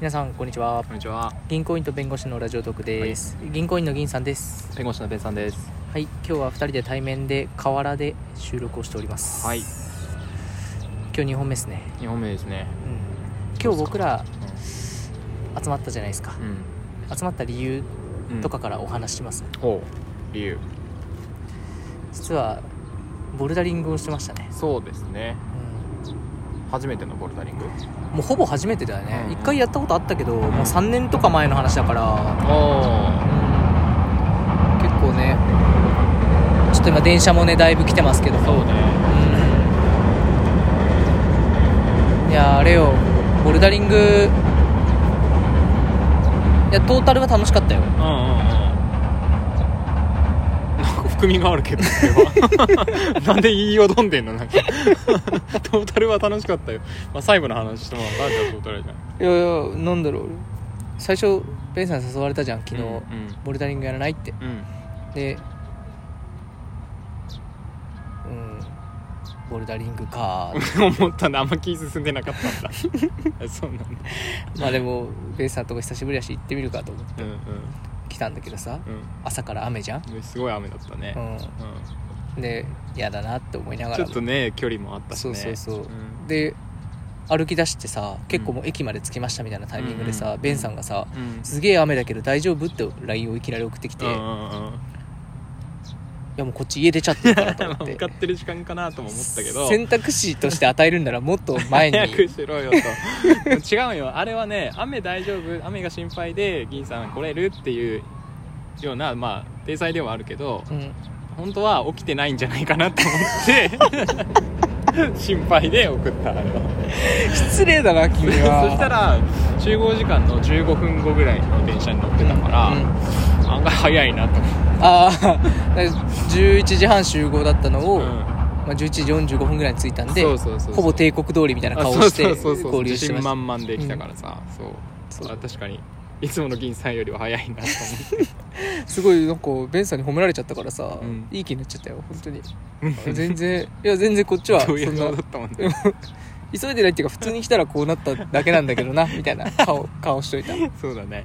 皆さんこんにちはこんにちは。銀行員と弁護士のラジオトークです、銀行員の銀さんです弁護士のベンさんです。はい今日は2人で対面で河原で収録をしておりますはい今日2本目ですね、二本目ですね。うん、今日僕ら集まったじゃないですかう集まった理由ん。うんとか。からお話しします、ほう。理由。実はボルダリングをしてましたね、そうですね。う初めてのボルダリング。ん、もうほぼ初めてだよねうん一回やったことあったけどもう3年とか前の話だからおうん結構ねちょっと今電車もねだいぶ来てますけどお。そうね。いやーあれよボルダリングいやトータルは楽しかったようんうんうん。なんか含みがあるけど、それ は。なんで言いよどんでんの、なんか。トータルは楽しかったよ。まあ、最後の話してもらったじゃあトータルじゃん。いやいやなんだろう最初ベンさんに誘われたじゃん昨日、うんボルダリングやらないってうん。うん。でうんボルダリング か思ったんだ。あんま気進んでなかったんだ。 そうなんだ。まあでもベンさんとこ久しぶりやし行ってみるかと思ってうんうん。来たんだけどさう朝から雨じゃんん。すごい雨だったね。うんうんで嫌だなって思いながちょらっとね距離もあったしねそうそうそうんで歩き出してさ結構もう駅まで着きましたみたいなタイミングでさ、うんベンさんがさうんう「んすげえ雨だけど大丈夫?」って LINE をいきなり送ってきて「うんいうんやもうこっち家出ちゃってるから」とうん思っ て向かってる時間かなとも思ったけど選択肢として与えるんならもっと前に早くしろよと 違うよあれはね雨大丈夫雨が心配で銀さん来れるっていうようなまあ体裁ではあるけどうん、本当は起きてないんじゃないかなと思って 心配で送ったあれは失礼だな君そはしたら集合時間の15分後ぐらいの電車に乗ってたから、うんうん案外早いなと思ってあ あ11時半集合だったのを、うんまあ、11時45分ぐらいに着いたんでそうそうそうそうほぼ帝国通りみたいなあ顔そをうしてそうそうそう合流してまし自信た満々で来たからさ、そうそうあ確かにいつもの銀さんよりは早いなと思ってすごいなんかベンさんに褒められちゃったからさ、うんいい気になっちゃったよ本当に全然 いや全然こっちはそどういうんな顔だったもんね 急いでないっていうか普通に来たらこうなっただけなんだけどなみたいな顔顔しといたうん そうだね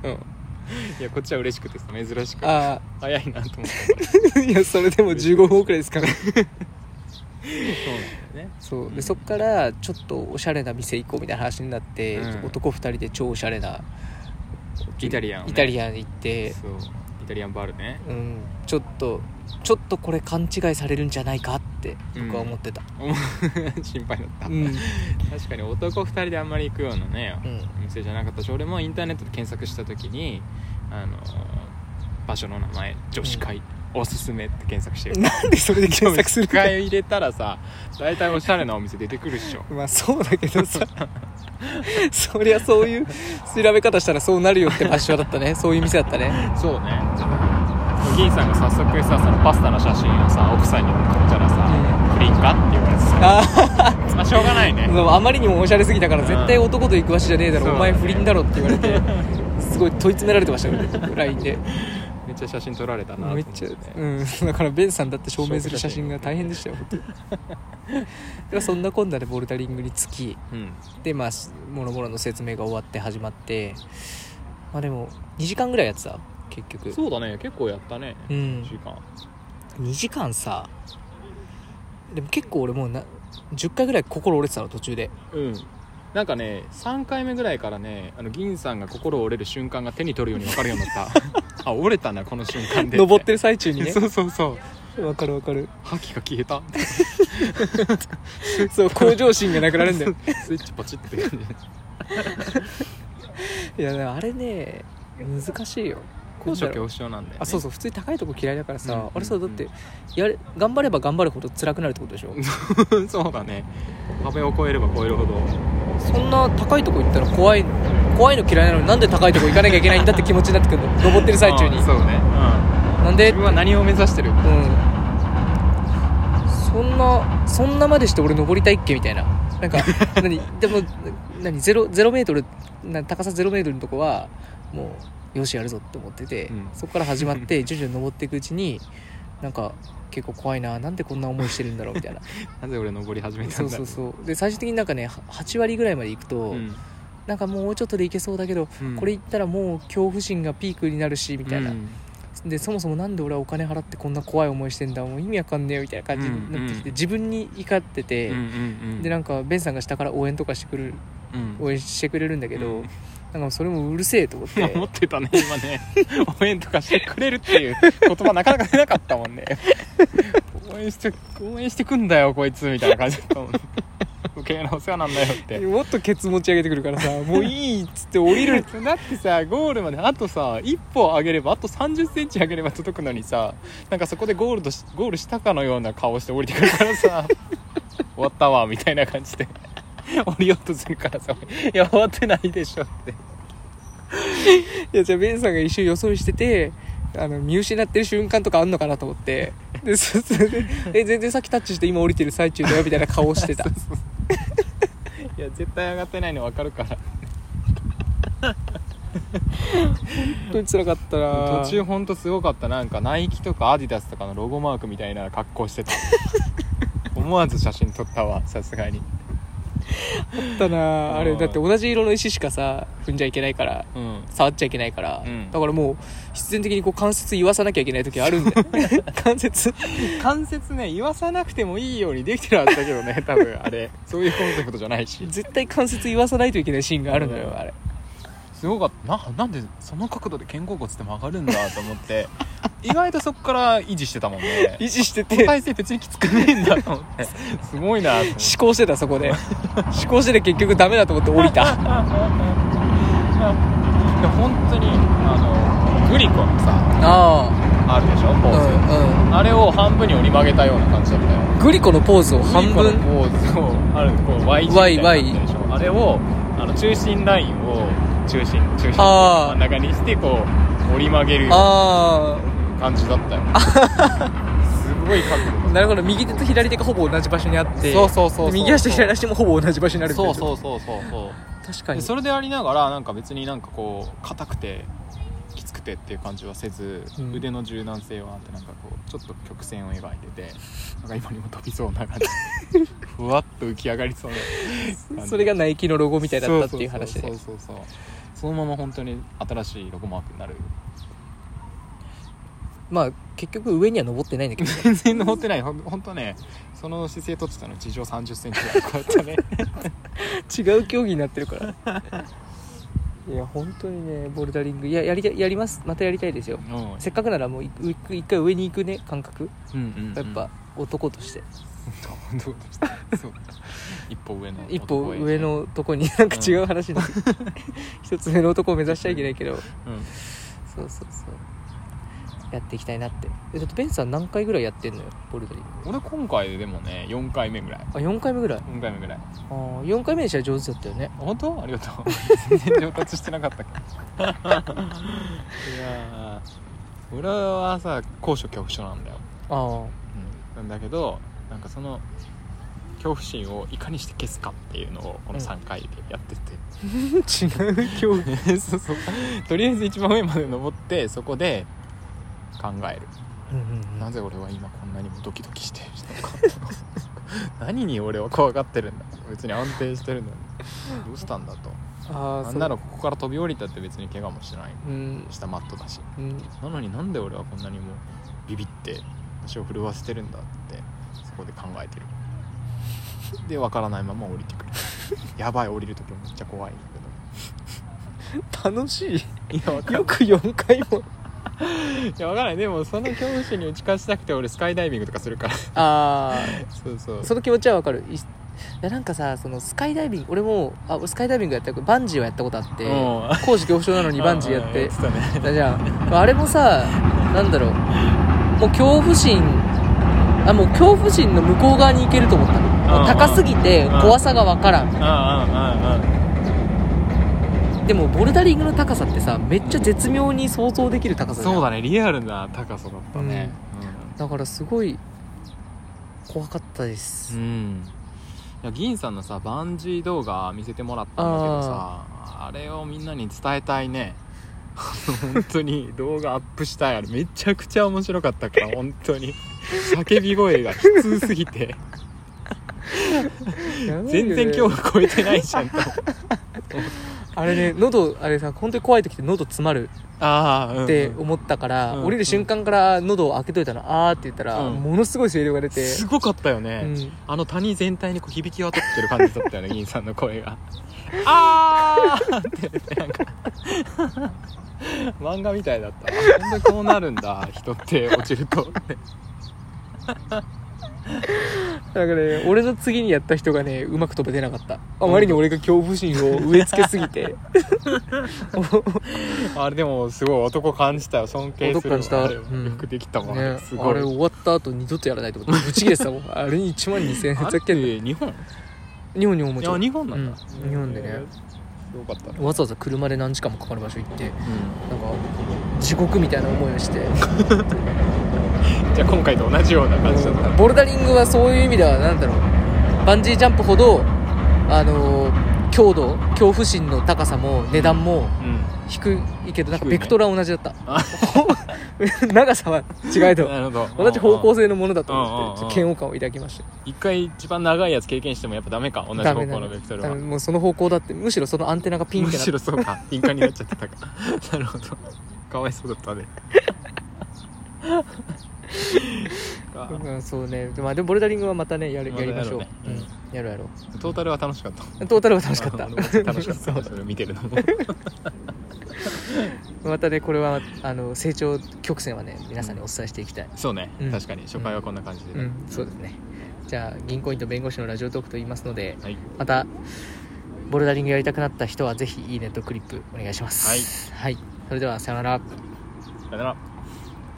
いやこっちは嬉しくてさ珍しくあ早いなと思っあ ていやそれでも15分遅れですからそうなんだ よねそうでそっからちょっとおしゃれな店行こうみたいな話になって、うん男2人で超おしゃれなイタリアンをねイタリアン行ってそうイタリアンバルねうんちょっとちょっとこれ勘違いされるんじゃないかって僕は思ってたおも 心配だった、うん、うん確かに男2人であんまり行くようなね、お店じゃなかったし俺もインターネットで検索した時にあの場所の名前女子会、おすすめって検索してるなんでそれで検索する一か回入れたらさ大体おしゃれなお店出てくるっしょまあそうだけどさそりゃそういう調べ方したらそうなるよって場所だったねそういう店だったねそうね銀さんが早速さそのパスタの写真をさ奥さんに送ったらさ「不倫か?」って言われてさあまあしょうがないねーでもあまりにもおしゃれすぎたから絶対男と行くわしじゃねえだろ、うんお前不倫だろって言われてすごい問い詰められてましたよ LINE でめっちゃ写真撮られたなと思めっってちゃ、うんだからベンさんだって証明する写真が大変でしたよ本当にでそんなこんなでボルダリングにつきうんでまあもろもろの説明が終わって始まってまあでも2時間ぐらいやってた結局そうだね結構やったねうん時間2時間さでも結構俺もうな10回ぐらい心折れてたの途中でうんなんかね3回目ぐらいからねあの銀さんが心折れる瞬間が手に取るように分かるようになった あ折れたなこの瞬間で登って る最中にねそうそうそうわかるわかる覇気が消えたそう向上心がなくなるんだよ スイッチポチって感じいやでもあれね難しいよ高所なんだろう恐怖症なんだよ、ね、あそうそう普通に高いとこ嫌いだからさ、うんうんうんあれさだってやれ頑張れば頑張るほど辛くなるってことでしょう そうだね壁を越えれば越えるほどそんな高いとこ行ったら怖い怖いの嫌いなのになんで高いとこ行かなきゃいけないんだって気持ちになってくるの登ってる最中にあそうね、うん、なんで自分は何を目指してるうんそんなそんなまでして俺登りたいっけみたいななん か何でも何ゼロゼロメートルな高さゼロメートルのとこはもうよしやるぞって思ってて、うんそこから始まって徐々に登っていくうちになんか結構怖いななんでこんな思いしてるんだろうみたいな なぜ俺登り始めたそんうだそうそうで最終的になんかねは8割ぐらいまで行くと、うんなんかもうちょっとで行けそうだけど、うんこれ行ったらもう恐怖心がピークになるしみたいな、うんでそもそもなんで俺はお金払ってこんな怖い思いしてんだもう意味わかんねえよみたいな感じになってきうんうてん自分に怒ってて、うんうんうんでなんかベンさんが下から応援とかしてくるうん応援してくれるんだけど、うん なんかそれもうるせえと思っまあて持って たね今ね応援とかしてくれるっていう言葉なかなか出なかったもんね 応援して応援してくんだよこいつみたいな感じだったもんね余計なお世話なんだよ ってもっとケツ持ち上げてくるからさもういいっつって降 りるだってさゴールまであとさ一歩上げればあと3 0センチ上げれば届くのにさなんかそこでゴールドしゴールしたかのような顔して降りてくるからさ 終わったわみたいな感じで 降りようとするからさいや終わってないでしょっていやじゃあベンさんが一瞬予想しててあの見失ってる瞬間とかあんのかなと思ってでそ それでえ全然さっきタッチして今降りてる最中だよみたいな顔して たいや絶対上がってないの分かるから本当につらかったな途中ほんとすごかったなんかナイキとかアディダスとかのロゴマークみたいな格好してた思わず写真撮ったわさすがにあったなあうれんだって同じ色の石しかさ踏んじゃいけないからうん触っちゃいけないから、うんだからもう必然的にこう関節言わさなきゃいけない時あるん だよ関節関節ね言わさなくてもいいようにできてるはずだけどね多分あれそういうコンセプトじゃないし絶対関節言わさないといけないシーンがあるのよ、うんあれすごかったななんでその角度で肩甲骨って曲がるんだと思って 意外とそこから維持してたもんね維持してこのて思体勢別にきつくねえんだと思ってすごいなと思って考してたそこで思考してて結局ダメだと思って降り たで本当にあのグリコのさああるでしょあポーズ、うんあれを半分に折り曲げたような感じだったようんグリコのポーズを半グリ分コのポーズをあるこう Y 字みたいになってるでしょあれをあの中心ラインを中心中心あー真ん中にしてこう折り曲げるあ感じだったよすごい角あなるほど右手と左手がほぼ同じ場所にあってそうそうそうそう右足と左足もほぼ同じ場所にな度るそううそうそうそうそう確かでにそれでありながらなんか別になんかこう硬くてきつくてっていう感じはせず、うん腕の柔軟性はあってなんかこうちょっと曲線を描いててなんか今にも飛びそう な感じふわっと浮き上がりそうな感じそれがナイキのロゴみたいだったっていう話そでうそうそうそうそのまま本当に新しいロゴマークになるまあ結局上には登ってないんだけど全然登ってないほん本当ねその姿勢取ってたの地上3 0ンチぐらいこうやってね違う競技になってるから いや本当にねボルダリングいややりたいやりますまたやりたいですよ うんせっかくならもういくいく一回上に行くね感覚うんうんうんやっぱ男としてどうでした そう一歩上の一歩男へ上のとこになんか違う話 になって一つ上の男を目指しちゃいけないけどうんそうそうそうやっていきたいなってえだってベンさん何回ぐらいやってんのよボルダリング俺今回でもね4回目ぐらいあ4回目ぐらい4回目ぐらいあー4回目にしたら上手だったよね本当ありがと う全然上達してなかったけど いやー俺はさ高所恐怖症なんだよ、あなんだけどなんかその恐怖心をいかにして消すかっていうのをこの3回でやってて、 あ違う競技そうそうとりあえず一番上まで登ってそこで考えるうんうんなぜ俺は今こんなにもドキドキしてるのか 何に俺は怖がってるんだ別に安定してるのにどうしたんだとあああんなのここから飛び降りたって別に怪我もしてないうん下マットだしうんなのになんで俺はこんなにもビビって足を震わせてるんだってそこで考えてるでわからないまま降りて くるやばい降りる時もめっちゃ怖いんだ楽しいけどいやわかんよく4回もいやわかんないでもその恐怖心に打ち勝ちたくて俺スカイダイビングとかするからあそうそあうその気持ちはわかるいいやなんかさそのスカイダイビング俺もあ俺スカイダイビングやったバンジーはやったことあってうん高所恐怖症なのにバンジーやっやてってたねだじゃああれもさなんだろうもう恐怖心あもう恐怖心の向こう側に行けると思ったのもう高すぎてうん怖さがわからんああああでもボルダリングの高さってさめっちゃ絶妙に想像できる高さじゃんそうだねリアルな高さだったねだからすごい怖かったでうすん、いや銀さんのさバンジー動画見せてもらったんだけどさあれをみんなに伝えたいね本当に動画アップしたいあれめちゃくちゃ面白かったから本当に叫び声が普通す ぎて全然今日日超えてないじゃんとあれね喉あれさ本当に怖い時って喉詰まるああって思ったから、うん降りる瞬間から喉を開けといたのあーって言ったら、うんものすごい声量が出て、すごかったようね、ん、あの谷全体にこう響き渡ってる感じだったよね銀さんの声が「あー!」ってなんか漫画みたいだったほんでこうなるんだ人って落ちるとってだからね俺の次にやった人がねうまく飛べてなかったあまりに俺が恐怖心を植え付けすぎ て あれでもすごい男感じたよ尊敬するわ男感じたあれようんくできたわ、ねす、ごいあれ終わった後二度とやらないと思ってぶち切れてたも んあれに1万2000円ふざけんなあれ日本日本にももいちろやん日本なんだ、うん日本でねえーよかったね、わざわざ車で何時間もかかる場所行ってなんか地獄みたいな思いをしてじゃあ今回と同じような感じだった、ボルダリングはそういう意味では何だろうバンジージャンプほどあのー強度恐怖心の高さも値段もうん低いけどなんか低いねベクトルは同じだった、あ 長さは違えどなるほど同じ方向性性のものだと思ってちうんうょっと嫌んうん悪感を抱きました一回一番長いやつ経験してもやっぱダメか同じダ方メ向だのベクトルダはメもうその方向だってむしろそのアンテナがピンっむてなっしてろそ うか敏感になっちゃってたかなるほどかわいそうだったねうん、そうね、まあ、でもボルダリングはまたねやるまやたやりろうましょう、ねうん、やろうやろトータルは楽しかったうトータルは楽しかった楽しか っそたそれ見てるのもうまたねこれはあの成長曲線はね皆さんにお伝えしていきたい、そうねうん確かに初回はこんな感じでうねん、そうですねじゃあ銀行員と弁護士のラジオトークと言いますのではいまたボルダリングやりたくなった人はぜひいいねとクリップお願いしますはい、それではさよならさよなら